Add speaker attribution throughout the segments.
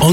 Speaker 1: en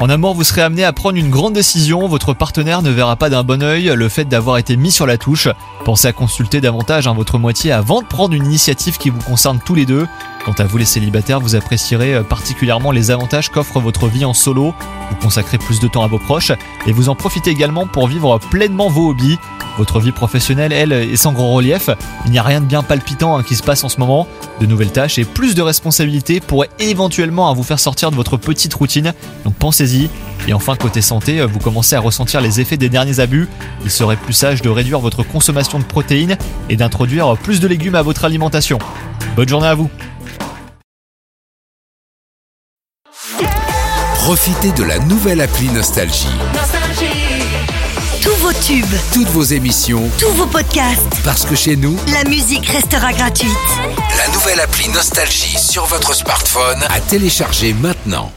Speaker 2: En amour, vous serez amené à prendre une grande décision, votre partenaire ne verra pas d'un bon œil le fait d'avoir été mis sur la touche. Pensez à consulter davantage hein, votre moitié avant de prendre une initiative qui vous concerne tous les deux. Quant à vous les célibataires, vous apprécierez euh, particulièrement les avantages qu'offre votre vie en solo, vous consacrez plus de temps à vos proches et vous en profitez également pour vivre pleinement vos hobbies. Votre vie professionnelle, elle, est sans grand relief, il n'y a rien de bien palpitant hein, qui se passe en ce moment, de nouvelles tâches et plus de responsabilités pourraient éventuellement hein, vous faire sortir de votre petite routine, donc pensez-y. Et enfin, côté santé, euh, vous commencez à ressentir les effets des derniers abus. Il serait plus sage de réduire votre consommation de protéines et d'introduire euh, plus de légumes à votre alimentation. Bonne journée à vous
Speaker 1: Profitez de la nouvelle appli Nostalgie.
Speaker 3: Tous vos tubes,
Speaker 1: Toutes vos émissions,
Speaker 3: tous vos podcasts,
Speaker 1: parce que chez nous,
Speaker 3: la musique restera gratuite.
Speaker 1: la nouvelle appli Nostalgie sur votre smartphone à télécharger maintenant.